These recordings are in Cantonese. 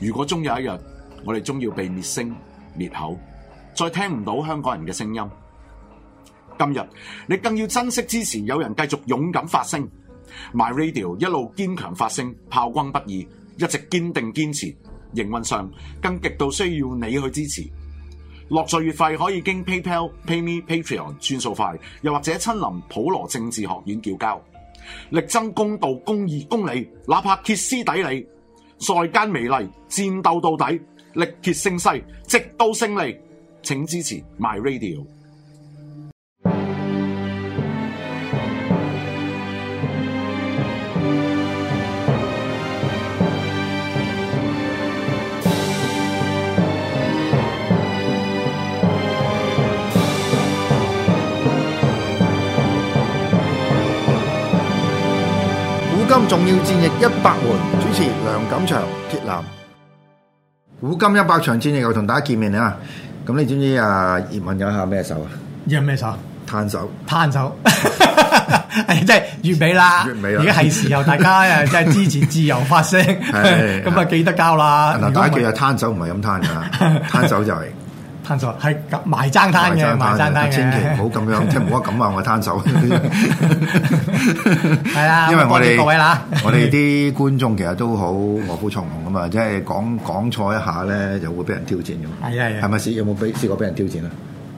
如果終有一日，我哋終要被滅聲滅口，再聽唔到香港人嘅聲音。今日你更要珍惜支持，有人繼續勇敢發聲，My Radio 一路堅強發聲，炮轟不已，一直堅定堅持。營運上更極度需要你去支持。落座月費可以經 PayPal、PayMe、Patreon 轉數快，又或者親臨普羅政治學院叫交，力爭公道、公義、公理，哪怕歇斯底里，在間美利，戰鬥到底，力竭勝勢，直到勝利。請支持 My Radio。古今重要戰役一百回，主持梁錦祥、鐵男。古今一百場戰役又同大家見面啦。咁你知唔知啊？葉問有一下咩手啊？有咩手？攤手。攤手，係真係月尾啦，月尾啦而家係時候大家誒，真係支持自由發聲，係咁啊記得交啦。嗱，如果唔大家係記住，攤手唔係咁攤 㗎，攤手就係攤手係夾埋爭攤嘅，埋爭攤嘅，千祈唔好咁 樣，即係唔好咁話我攤手。係係啦 因為我哋咁多謝各位啦我哋啲觀眾其實都好卧虎藏龍啊嘛，即係講講錯一下咧，就會俾人挑戰㗎嘛。係啊係啊係咪試有冇俾試過俾人挑戰啊？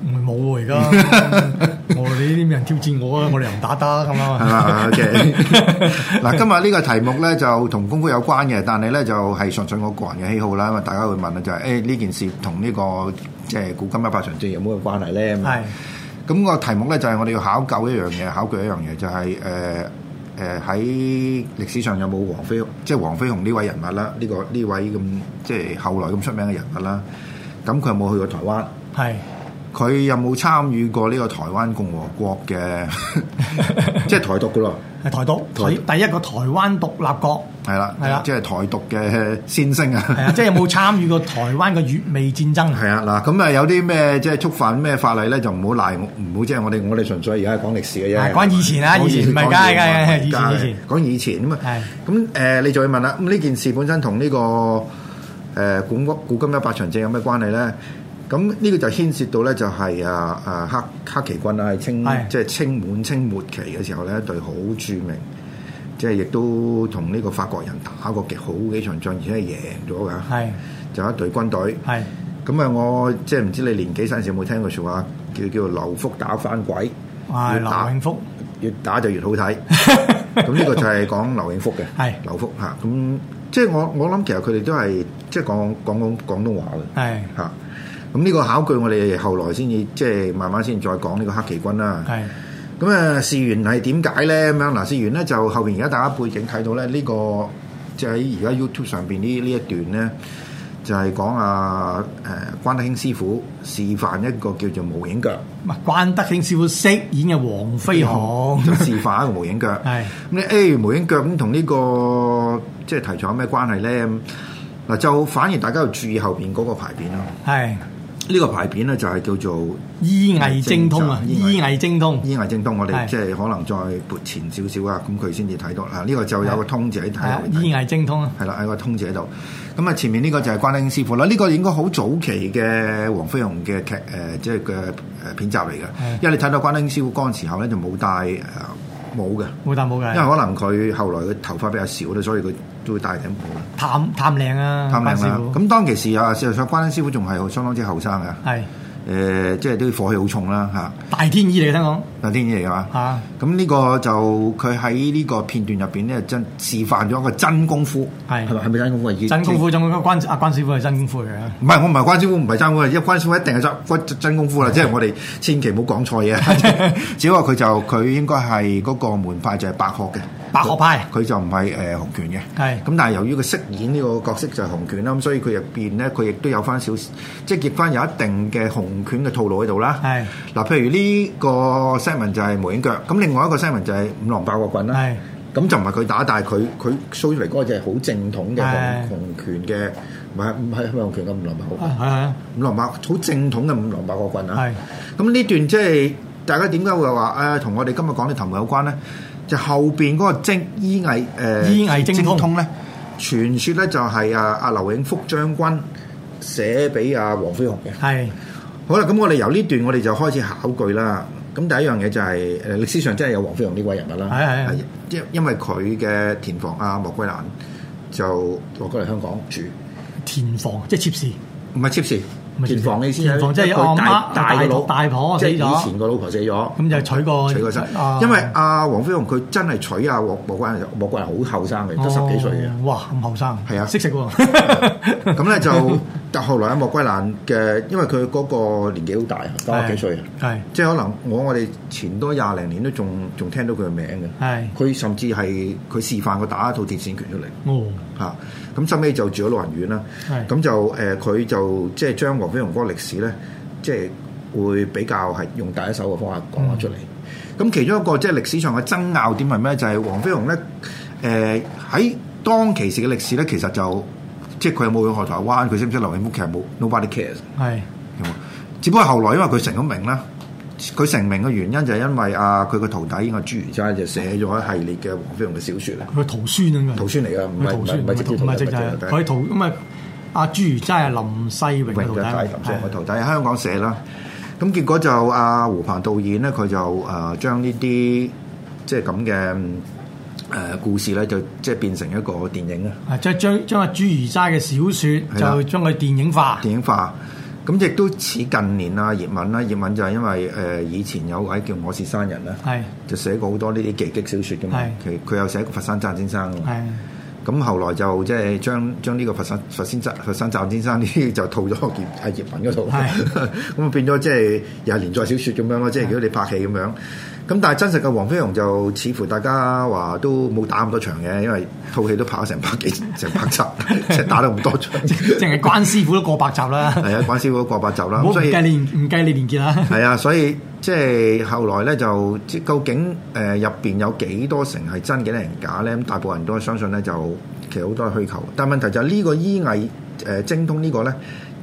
唔係冇喎而家， 我哋呢啲人挑戰我啊，我哋又唔打得咁啊係嘛 嘛？OK。嗱，今日呢個題目咧就同功夫有關嘅，但係咧就係純粹我個人嘅喜好啦。因為大家會問啊，就係誒呢件事同呢、個即係古今一百場戰有冇關係咧？咁係咁個題目咧就係我哋要考究一樣嘢，考據一樣嘢就係誒誒喺歷史上有冇黃飛即係黃飛鴻呢位人物啦？呢、個呢位咁即係後來咁出名嘅人物啦。咁佢有冇去過台灣？係佢有冇參與過呢個台灣共和國嘅即係台獨噶咯？係台獨，台第一個台灣獨立國。係啦，係啦即係台獨嘅先聲啊！係啊，即係有冇參與過台灣嘅越美戰爭？係啊，嗱，咁啊有啲咩即係觸犯咩法例咧，就唔好賴我，唔好即係我哋我哋純粹而家係講歷史嘅啫。係講以前啊以前唔係講梗係梗係講梗係以前以前講以前咁啊。係咁誒，你就會問啦，咁呢件事本身同呢個誒古古今一百場戰有咩關係咧？咁呢個就牽涉到咧，就係啊啊黑黑旗軍啊，係清係即係清滿清末期嘅時候咧，一隊好著名，即係亦都同呢個法國人打過幾好幾場仗，而且係贏咗㗎。係就一隊軍隊。係咁啊，我即係唔知你年紀細時有冇聽過説話，叫叫做劉福打翻鬼，係越打劉永福越打就越好 睇。咁呢個就係講劉永福嘅，係劉福嚇。咁即係我我諗其實佢哋都係即係講講講廣東話嘅係嚇。咁呢個考據我哋後來先至即係慢慢先再講呢個黑旗軍啦。係咁啊，事源係點解咧？咁樣嗱，事源咧就後邊而家大家背景睇到咧，呢、個即係喺而家 YouTube 上邊呢呢一段咧，就係、講啊誒、關德興師傅示範一個叫做無 影腳，唔係關德興師傅飾演嘅黃飛就鴻，示範一個無影腳。係咁你誒無影腳咁同呢個即係題材有咩關係咧？咁嗱，就反而大家要注意後邊嗰個牌匾咯。係呢、個牌匾咧就係叫做醫藝精通啊，醫藝精通醫藝精通，我哋係即係可能再撥前少少啊，咁佢先至睇到嗱，呢、個就有個通字喺係啊睇，醫藝精通啊，係啦，有個通字喺度。咁啊，前面呢個就係關德興師傅啦，呢、個應該好早期嘅黃飛鴻嘅劇誒、呃即係嘅誒片集嚟嘅係，因為你睇到關德興師傅嗰陣時候咧就冇戴誒帽嘅，冇戴冇啊因為嘅，可能佢後來嘅頭髮比較少咧，所以佢都會戴頂帽啦，探探靚啊，貪靚關啦師。傅咁當其時啊，事實上關德興師傅仲係相當之後生嘅，誒、係即係啲火氣好重啦嚇，大天醫嚟嘅，聽講有啲嘢嚟㗎嘛。嚇咁呢個就佢喺呢個片段入邊咧，真示範咗一個真功夫，係係咪係咪真功夫啊？已經真功夫，仲關啊阿關師傅係真功夫嚟嘅，啊唔係我唔係關師傅，唔係真功夫，因為關師傅一定係真真真功夫啦，即係我哋千祈唔好講 錯嘢。只不過佢就佢應該係嗰個門派就係白鶴嘅，白鶴派佢就唔係誒洪拳嘅。係咁，但係由於佢飾演呢個角色就係洪拳啦，咁所以佢入邊咧，佢亦都有翻少，即係亦翻有一定嘅洪拳嘅套路喺度啦。係嗱，譬如呢個 segment 就係無影腳，咁另外一個 segment 就係五郎爆個棍啦。係咁就唔係佢打，但係佢佢 show 出嚟嗰個就係好正統嘅係洪洪拳嘅，唔係唔係洪拳嘅五郎爆個棍，啊係啊五郎爆好正統嘅五郎爆個棍啊係！咁呢段即係大家點解會話誒同我哋今日講嘅題目有關咧？就後邊嗰個精醫藝誒醫藝精通咧，傳說咧就係啊阿劉永福將軍寫俾阿黃飛鴻嘅。係好啦，咁我哋由呢段我哋就開始考據啦。咁第一樣嘢就係、誒、歷史上真係有黃飛鴻呢位人物啦。係係係因因為佢嘅田房啊莫桂蘭就落咗嚟香港住，田房，即係妾侍。唔係妾侍，唔係妾田侍房嘅意思田房即係一個我大阿媽大個佬大婆即係死咗以前個老婆死咗。咁就娶個娶個身啊，因為阿黃飛鴻佢真係娶阿莫莫桂蘭，莫桂蘭好後生嘅，得十幾歲 嘅。哦哇，咁後生，係啊識食喎。 咁咧就，但後來阿莫桂蘭嘅，因為佢嗰個年紀好大，九十幾歲啊。係即係可能我我哋前多廿零年都仲仲聽到佢嘅名嘅，係佢甚至係佢示範過打一套電線拳出嚟哦，嚇，咁收尾就住咗老人院啦係。咁就誒佢、就即係將黃飛鴻嗰個歷史咧，即係會比較係用第一手嘅方法講咗出嚟。咁、其中一個即係歷史上嘅爭拗點係咩？就係、黃飛鴻咧誒喺當其時嘅歷史咧，其實就即係佢有冇去學台灣，佢識唔識劉永福，其實冇 nobody cares。係只不過後來因為佢成咗名啦，佢成名嘅原因就係因為啊佢個徒弟應該朱如齋就寫咗一系列嘅黃飛鴻嘅小説啦，佢徒孫啊應該係徒孫嚟㗎，唔佢係徒唔係孫唔係直接唔徒弟，唔係直係接直就係徒佢弟。徒咁啊！阿朱如真係林世榮嘅榮徒嘅弟，大琴上嘅徒係弟，香港寫啦。咁結果就阿胡鵬導演咧，佢就誒將呢啲即係咁嘅嗯誒故事咧，就即係變成一個電影啊。啊即係將將阿朱如齋嘅小係説啦就將佢電影化，電影化。咁亦都似近年啊，葉問啦，葉問就係因為誒、呃以前有位叫我是山人啦，啊係就寫過好多呢啲技擊小説噶嘛。係佢佢有寫過佛山贊先生㗎嘛。係咁後來就即係將將呢個佛山佛先生佛山贊先生呢 啲就套咗葉喺葉問嗰度，係 咁啊變咗即係又係連載小説咁樣咯，即係如果你拍戲咁樣。咁但係真實嘅黃飛鴻就似乎大家話都冇打咁多場嘅，因為套戲都拍咗成百幾成百 集，即係打咗咁多 場。淨係關師傅都過百集啦，係啊，關師傅過百集啦，唔好 咁唔所以計你唔計你連結啦，係啊，所以即係後來咧就即究竟誒入邊有幾多成係真幾多人假咧？咁大部分人都係相信咧就其實好多係虛構，但問題就係呢個醫藝誒呃精通呢個咧。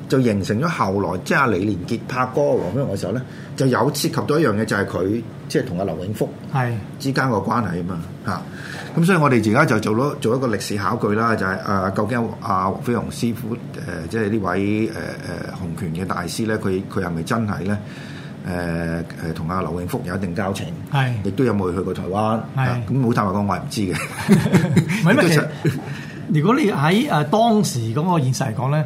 就形成咗後來，即係阿李連杰拍歌《黃飛鴻》嘅時候咧，就有涉及到一樣嘢，就係佢即係同阿劉永福係之間個關係啊嘛嚇。咁所以我哋而家就做咗做一個歷史考據啦，就係、啊究竟阿黃飛鴻師傅誒、呃即係呢位誒誒洪拳嘅大師咧，佢佢係咪真係咧？誒誒同阿劉永福有一定交情，係亦都有冇去過台灣？係啊咁好坦白講，我係唔知嘅。唔係因 為亦其都實 如果你喺誒當時嗰個現實嚟講咧，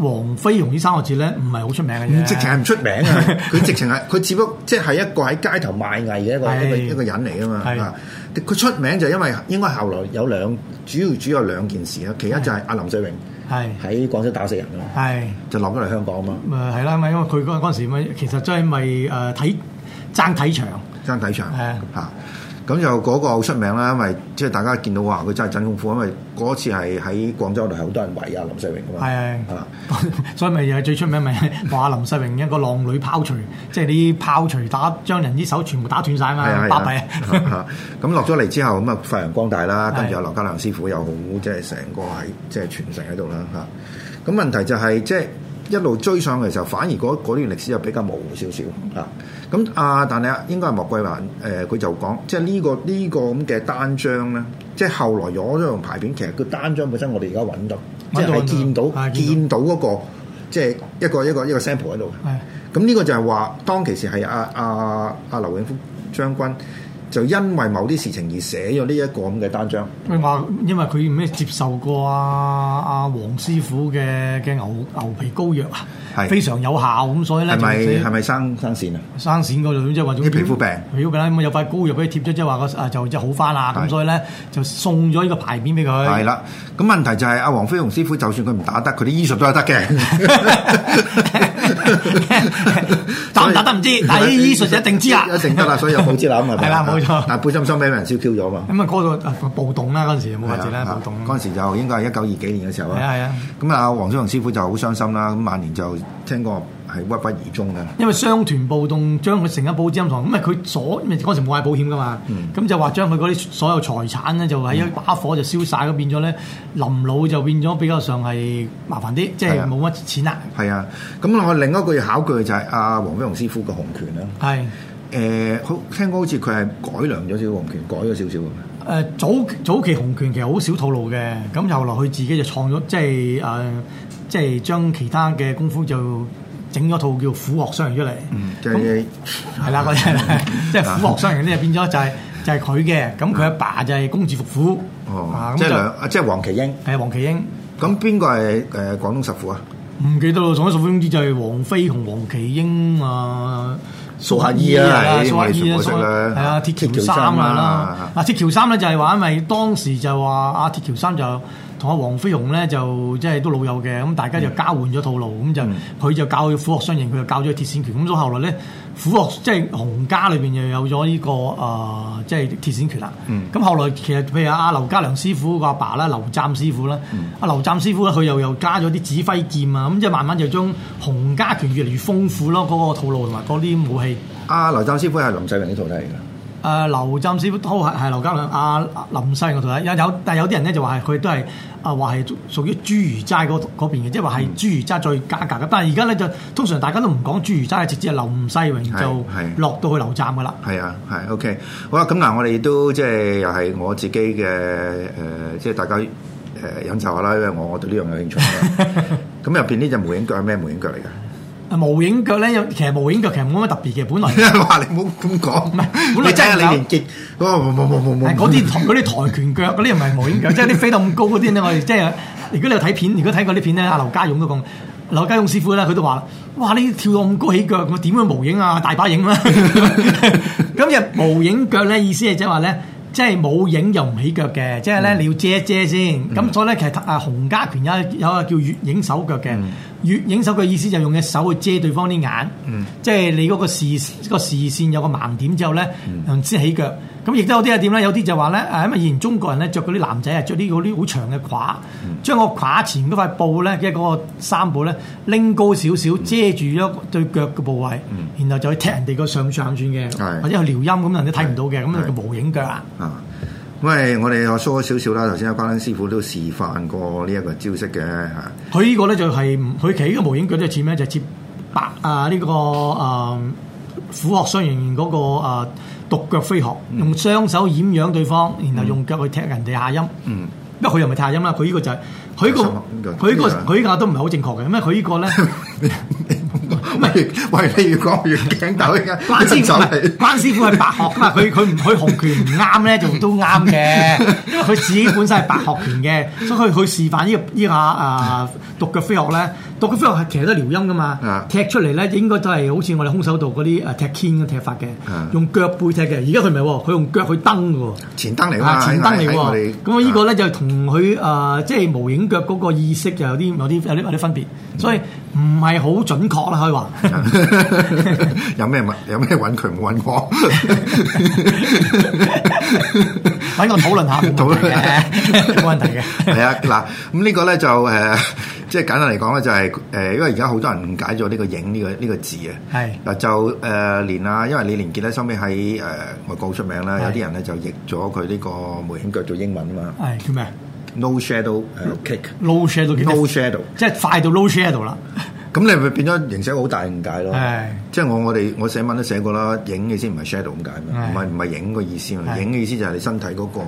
黃飛鴻呢三個字咧唔係好出名嘅唔啫，直情係唔出名 啊！佢直情係佢只不過即係一個喺街頭賣藝嘅一個係一個一個人嚟啊嘛係啊！佢出名就因為應該後來有兩主要主要有兩件事啦，其一就係阿林世榮係喺廣州打死人啊嘛，係。就落咗嚟香港啊嘛，咪係啦，咪因為佢嗰嗰陣時咪其實真係咪誒睇爭睇場，爭體場係啊嚇。咁就嗰個好出名啦，因為即係大家見到話佢真係真功夫，因為嗰次係喺廣州度係好多人圍阿啊林世榮噶嘛，係啊係， 所以咪又係最出名咪話林世榮一個浪女拋錘，即係啲拋錘打將人啲手全部打斷晒嘛係啊，係啊巴閉 嚇嚇咁落咗嚟之後，咁啊發揚光大啦，跟住係有劉家良師傅又好，即係成個喺即係傳承喺度啦嚇。咁問題就係、即係一路追上嘅時候，反而嗰嗰段歷史就比較模糊少少嚇。咁啊，但係應該係莫桂蘭誒，佢、就講即係呢、個呢、個咁嘅單張咧，即係後來攞咗用牌片，其實個單張本身我哋而家揾到，即揾到係揾到見到係見到見到嗰、個即係一個一個一個 sample 喺度嘅。係咁呢個就係話，當其時係阿阿阿劉永福將軍就因為某啲事情而寫咗呢一個咁嘅單張，佢話因為佢咩接受過啊阿黃師傅嘅嘅牛牛皮膏藥啊係，非常有效咁，所以咧係咪就係咪生生線啊？生癬嗰度，即係話啲皮膚病皮膚病啦，咁啊有塊膏藥俾佢貼咗，即係話個啊就即係好翻啦，係咁所以咧就送咗呢個牌匾俾佢。係啦，咁問題就係阿黃飛鴻師傅，就算佢唔打得，佢啲醫術都係得嘅。 打唔打得唔知但係啲醫術就一定知啦一定得啦，所以有報知啦，咁係啊咪 係啦冇錯但係背心箱俾人燒 Q 咗嘛。咁啊，嗰度啊暴動啦，嗰陣時冇法子係啦，啊暴動。嗰陣時就應該係一九二幾年嘅時候係啊係啊啊。咁啊，黃飛鴻師傅就好傷心啦。咁晚年就聽過係鬱不而終嘅。因為商團暴動將佢成間保險堂，咁啊佢所因為嗰陣時冇買保險噶嘛，嗯咁、就話將佢嗰啲所有財產咧就喺一把火就燒晒，咁變咗咧林老就變咗比較上係麻煩啲，即係係啊冇乜錢啦，係啊，咁我另一個要考據嘅就係阿黃飛鴻師傅嘅洪拳啦。係嗯誒、好聽講好似佢係改良咗少少洪拳，改咗少少嘅。誒呃早早期紅拳其實好少套路嘅，咁後來佢自己就創咗，即係誒、呃即係將其他嘅功夫就整咗套叫《虎鶴雙形》出嚟。即係係啦，嗰啲係嗯啦，即係虎鶴雙形呢就變咗就係、就係佢嘅，咁佢阿爸就係公子伏虎，嗯哦啊，咁即係就梁啊，即係黃麒英。係黃麒英，咁邊個係誒廣東十虎啊？唔記得咯，總之總之就係黃飛同黃麒英啊。蘇乞兒啊蘇係乞兒啊，我哋全部識啦鐵橋蘇係啊，鐵橋三三啊啊啦，啊鐵橋三咧就係話，因為當時就話阿鐵橋三就同阿黃飛鴻咧就即係都老友嘅，咁大家就交換咗套路，咁就佢就教佢虎鶴雙形，佢就教咗佢鐵線拳，咁所以後來咧虎鶴即係洪家裏邊又有咗呢個誒即係鐵線拳啦。咁後來其實譬如阿劉家良師傅個阿爸啦，劉湛師傅啦，阿劉湛師傅咧佢又又加咗啲指揮劍啊，咁即係慢慢就將洪家拳越嚟越豐富咯，嗰個套路同埋嗰啲武器。阿劉湛師傅係林世榮啲徒弟嚟㗎。誒啊劉湛師傅都係係劉家良阿林世榮個徒啊弟，有有但係有啲人咧就話係佢都係啊話係屬於侏儒齋嗰嗰邊嘅，即係嗯話係侏儒齋最價格嘅。但係而家咧就通常大家都唔講侏儒齋，直接係林世榮係就落到去劉湛噶啦。係啊，係 OK。好啦，咁嗱，我哋都即係又係我自己嘅誒、呃即係大家誒、呃、飲酒下啦，因為我我對呢樣有興趣 啦。咁入邊呢隻無影腳係咩無影腳嚟㗎？啊無影腳咧，有其實無影腳其實冇乜特別嘅，本來 話你唔好咁講，係本來你真係真係李有連杰嗰個冇冇冇冇冇係嗰啲台 嗰啲跆拳腳嗰啲唔係無影腳，即係啲飛到咁高嗰啲咧，我哋即係如果你有睇片，如果睇過啲片咧，阿劉家勇都講。劉家勇師傅咧，佢都話啦：，哇！你跳到咁高起腳，我點會無影啊？大 把影啦、咁就無影腳咧，意思係即係話咧，即係冇影又唔起腳嘅，即係咧你要遮一遮先。咁、所以咧，其實啊，洪家拳有一有一個叫月影手腳嘅。月影手腳意思就用隻手去遮對方啲眼，即係你嗰個視個視線有個盲點之後咧，嗯先起腳。咁亦都有啲係點咧？有啲就話咧，誒，因為以前中國人咧着嗰啲男仔啊，着啲嗰啲好長嘅褂，將個褂前嗰塊布咧，即係嗰個衫布咧，拎高少少遮住咗對腳嘅部位，然後就去踢人哋個上上轉係嘅，或者去撩陰咁，人哋睇唔到嘅，咁就叫無影腳啊。啊！因為我哋學疏咗少少啦，頭先阿關師傅都示範過呢一個招式嘅啊 嚇。佢呢個咧就係唔佢企呢個無影腳咧似咩？就似白啊呢個啊虎鶴雙形嗰個啊獨腳飛鶴，用雙手掩養對方，然後用腳去踢人哋下陰。嗯，因為佢又唔係太陰啦，佢呢個就係佢呢個佢呢個佢呢個都唔係好正確嘅，因為佢呢 個咧喂喂，你越講越驚頭而家，關師走傅嚟關師傅係白學噶嘛，佢佢唔佢紅拳唔啱咧，就都啱 嘅，因為佢自己本身係白學拳嘅，所以佢佢示範呢個呢下啊獨腳飛學咧，獨腳飛學係其實都係撩陰噶啊嘛，踢出嚟咧應該都係好似我哋空手道嗰啲誒踢肩嘅踢法嘅啊，用腳背踢嘅，而家佢唔係喎，佢用腳去蹬嘅喎。前燈嚟㗎啊，嘛，前燈嚟喺我喎哋。啊咁啊我呢個咧就同佢誒即係無影腳嗰個意識就有啲有啲有啲有啲分別，所以唔係好準確啦，可以話。 有咩問有咩揾佢唔揾 我？ 揾我討 論 下冇問題嘅，冇問題嘅。係啊，嗱，咁呢個咧就誒， 即係簡單嚟講咧，就係誒，因為而家好多人誤解咗呢個影呢個呢個字啊。係嗱，就誒連啊，因為李連杰咧，收尾喺誒外國好出名啦，有係啲人咧就譯咗佢呢個無影腳做英文啊嘛係叫咩啊，no shadow 誒 kick。 ？low shadow 叫 No shadow 即係快到 low shadow 啦。咁你咪變咗形成一個好大誤解咯係。即係我我哋我寫文都寫過啦，影嘅先唔係 shadow 咁解嘛，係唔係唔係影個意思嘛，係影嘅意思就係你身體嗰個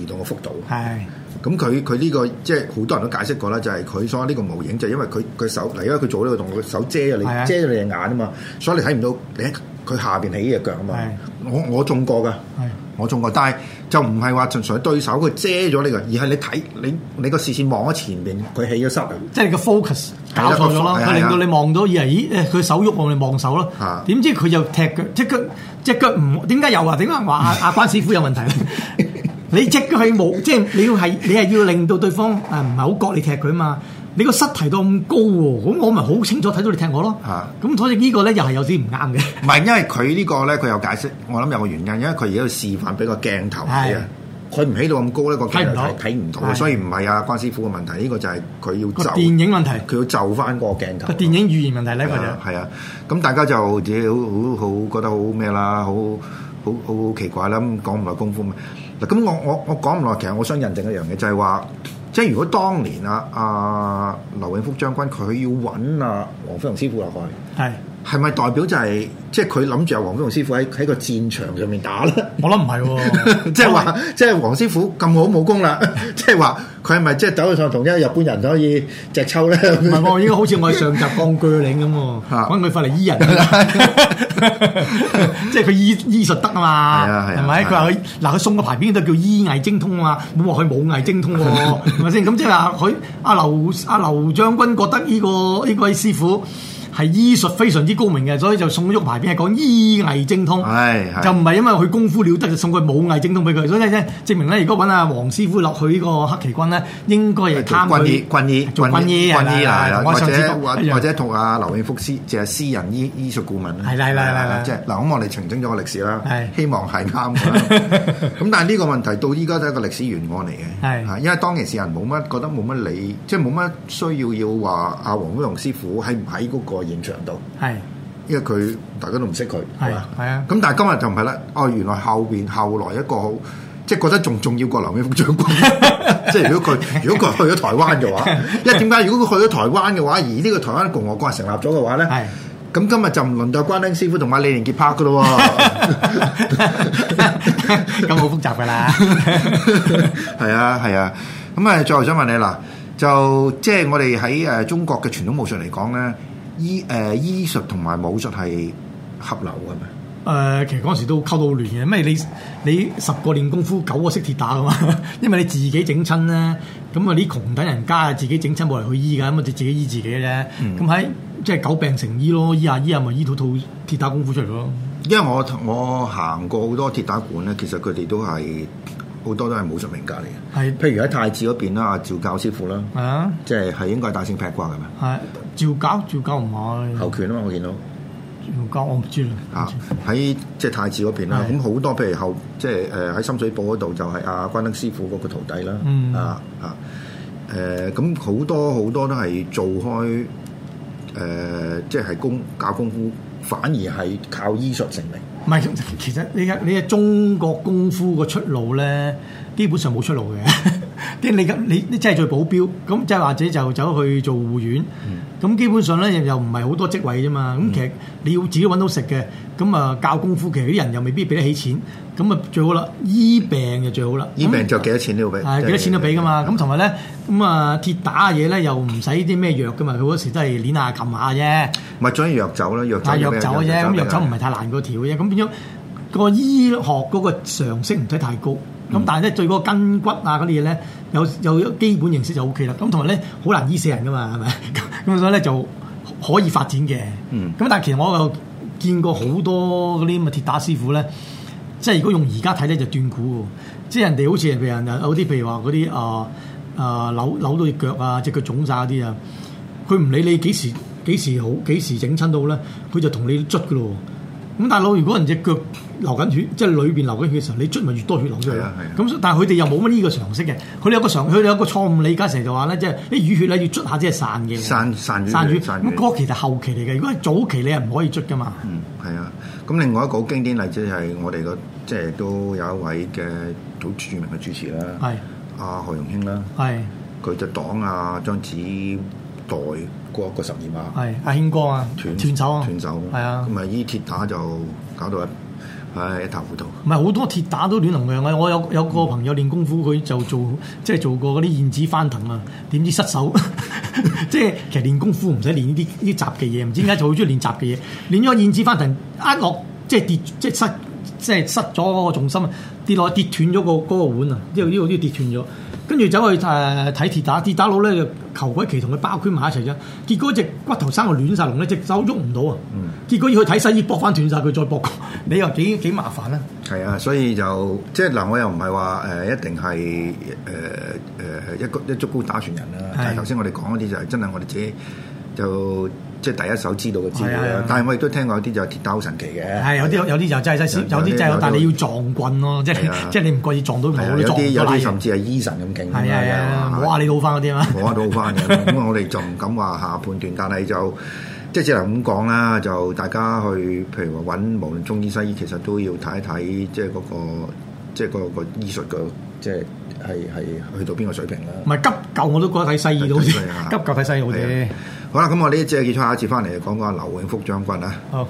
移動嘅幅度。係咁佢佢呢個即係好多人都解釋過啦，就係佢所謂呢個模型就係因為佢佢手嗱，因為佢做呢個動作，佢手遮咗你係啊遮咗你隻眼啊嘛，所以你睇唔到你喺佢下邊起呢隻腳啊嘛係。我我中過㗎，係我中過，但係就唔係話純粹對手佢遮咗你個，而係你睇你你個視線望喺前邊，佢起咗濕啊。即係個 focus 係啦搞錯咗咯，個 focus，佢係令啊到你望到以為咦誒佢手喐我咪望手咯啊，點知佢就踢腳，隻腳隻腳唔點解又話點解話阿 阿關師傅有問題咧？你隻腳係冇，即係你要係你係要令到對方誒唔係好覺你踢佢啊嘛。你個膝提到咁高喎，咁我咪好清楚睇到你踢我咯啊。咁所以呢個咧又係有啲唔啱嘅。唔係，因為佢呢個咧，佢有解釋，我諗有個原因，因為佢而家要示範俾個鏡頭睇啊。佢唔起到咁高咧，個鏡頭睇睇睇唔唔到到嘅，係所以唔係啊關師傅嘅問題，呢個就係佢要個就電影問題，佢要就翻個鏡頭。個電影語言問題呢個就啊係啊，咁大家就自己好好好覺得好咩啦，好好好好奇怪啦，咁講唔耐功夫咩？嗱，咁我我我講唔耐，其實我想印證一樣嘢，就係話，即係如果當年啊啊劉永福將軍佢要揾啊黃飛鴻師傅落去，係係咪代表就係、即係佢諗住阿黃飛鴻師傅喺喺個戰場上面打咧？我諗唔係喎， 即係話，即係黃師傅咁好武功啦， 即係話佢係咪即係走去上同一日本人可以隻抽咧？唔係喎，應該好似我哋上集講鋸嶺咁喎，啊揾佢翻嚟 醫人，即係佢醫醫術得啊嘛，係啊係啊係咪？係佢啊話佢嗱佢送個牌匾都叫醫藝精通啊嘛，冇話佢武藝精通喎， 係咪先？咁即係話佢阿劉阿劉將軍覺得呢個呢位師傅。係醫術非常之高明嘅，所以就送咗個牌匾係講醫藝精通，係係就唔係因為佢功夫了得就送佢武藝精通俾佢，所以咧證明咧，如果揾阿黃師傅落去呢個黑旗軍咧，應該係做貪佢軍醫、軍醫、做軍醫軍醫啦，係啦我或上次者講或一樣或者同阿劉永福師，即係私人醫醫術顧問啦係啦係啦係啊係啦即係嗱，咁我哋澄清咗個歷史啦，係希望係啱 嘅啦。咁但係呢個問題到依家都係一個歷史懸案嚟嘅，係嚇因為當其時人冇乜覺得冇乜理，即係冇乜需要要話阿黃飛鴻師傅喺唔喺嗰個現場度， 係因為佢大家都唔識佢，係嘛係啊咁但係今日就唔係啦，哦，原來後邊後來一個好。即係覺得仲重要過劉美福將 軍， 即係如果佢如果佢去咗台灣嘅話，因為點解？如果佢去咗台灣嘅話，而呢個台灣共和國係成立咗嘅話咧係，咁今日就唔輪到關丁師傅同埋李連杰拍嘅咯 喎。咁好複雜㗎 啦，係啊，係啊。咁啊，最後想問你啦，就即係我哋喺誒中國嘅傳統武術嚟講咧，醫誒、呃、醫術同埋武術係合流嘅咩？誒、其實嗰陣時都溝到亂嘅，因為你你十個練功夫九個識鐵打㗎嘛， 因為你自己整親咧，咁啊啲窮等人家啊自己整親冇人去醫㗎，咁啊自己醫自己嘅啫，咁喺、即係久病成醫咯，醫下醫下啊咪醫到套鐵打功夫出嚟咯，因為我我行過好多鐵打館咧，其實佢哋都係好多都係武術名家嚟嘅。係譬如喺太子嗰邊啦，阿趙教師傅啦，係啊，即係係應該係打聖劈掛嘅咩？係照搞照搞唔係，後拳啊嘛，我見到嗯照搞我唔知啦，啊，喺即係太子嗰邊啦。係咁好多譬如後即係誒喺深水埗嗰度就係阿關德師傅嗰個徒弟啦嗯，啊啊誒咁好多好多都係做開誒，即係功教功夫，反而係靠醫術成名。唔係， 其實你嘅你嘅中國功夫個出路咧，基本上冇出路嘅。 啲你嘅你你真係做保鏢，咁即係或者就走去做護院，咁、基本上咧又唔係好多職位啫嘛。咁其實你要自己揾到食嘅，咁啊教功夫，其實啲人又未必俾得起錢，咁啊最好啦，醫病就最好啦。醫病就幾多錢都要俾，係幾多錢都俾噶嘛。咁同埋咧，咁啊鐵打嘅嘢咧又唔使啲咩藥噶嘛，佢嗰時都係攣下撳下啫。唔係，總之藥酒啦，藥酒但係藥俾人酒嘅啊啫，咁藥酒唔俾人係太難個調嘅啫，咁變咗個醫學嗰個常識唔使太高，咁、嗯但係咧對嗰個筋骨啊嗰啲嘢咧有有基本認識就 O K 啦，咁同埋咧好難醫死人噶嘛，係咪？咁咁所以咧就可以發展嘅，咁、嗯但係其實我又見過好多嗰啲咁嘅鐵打師傅咧。即係如果用而家睇咧就斷估喎，即係人哋好似譬如人有啲譬如話嗰啲啊啊扭扭到只腳啊，只腳腫晒嗰啲啊，佢唔理你幾時幾時好幾時整親到咧，佢就同你捽噶咯喎。咁大佬，如果人只腳流緊血，即係裏邊流緊血嘅時候，你捽咪越多血流出嚟係咯啊係啊。咁所但係佢哋又冇乜呢個常識嘅，佢哋有個常，佢哋有個錯誤理解，成日就話咧，即係啲淤血咧要捽下先係散嘅。散散瘀散瘀。散咁瘀嗰個其實後期嚟嘅，如果係早期你係唔可以捽噶嘛。嗯，係啊。咁另外一個好經典例子就係我哋個即係都有一位嘅好著名嘅主持啦，係阿何容興啦，係佢就擋啊阿張子代嗰個十二碼係，阿興哥啊，斷手啊，斷手，係啊。咁啊依鐵打就搞到一唉一塌糊塗。唔係好多鐵打都亂龍樣嘅，我有有個朋友練功夫，佢就做即係做過嗰啲燕子翻騰啊，點知失手， 即係其實練功夫唔使練呢啲呢啲雜嘅嘢，唔知點解就好中意練雜嘅嘢，練咗燕子翻騰，一落即係跌即係失即係失咗嗰個重心啊，跌落跌斷咗個嗰個碗啊，呢度呢度呢度跌斷咗。跟住走去誒睇、鐵打，鐵打佬咧就求鬼其同佢包圈埋一齊啫。結果只骨頭生到亂晒龍咧，隻手喐唔到啊！結果要去睇西醫，搏翻斷晒佢，再搏過，你又幾幾麻煩啊！係啊，所以就即係嗱，我又唔係話誒一定係誒誒一個一竹篙打船人啦。係但係頭先我哋講嗰啲就係真係我哋自己就即係第一手知道嘅資料係啊係啦啊。但係我亦都聽過有啲就鐵打好神奇嘅。係有啲有啲就真係真係有有啲啲真有係啲，但係你要撞棍咯，即係啊係即係你唔覺意撞到係啊佢，你有撞啲有到啲你。甚至係醫神咁勁㗎嘛。係啊係啊，有冇啲話你老翻嗰啲啊嘛。我都好翻嘅。 咁我哋就唔敢話下判斷，但係就即係只能咁講啦。就大家去譬如話揾，無論中醫西醫，其實都要睇一睇，即係嗰、個即係嗰、個醫術嘅，即係係係去到邊個水平啦。 唔係急救我都覺得睇西醫好啲，係啊急救睇西醫好係啲啊。好啦，咁我呢一節嘅結束，下一節翻嚟就講講阿劉永福將軍啊。好。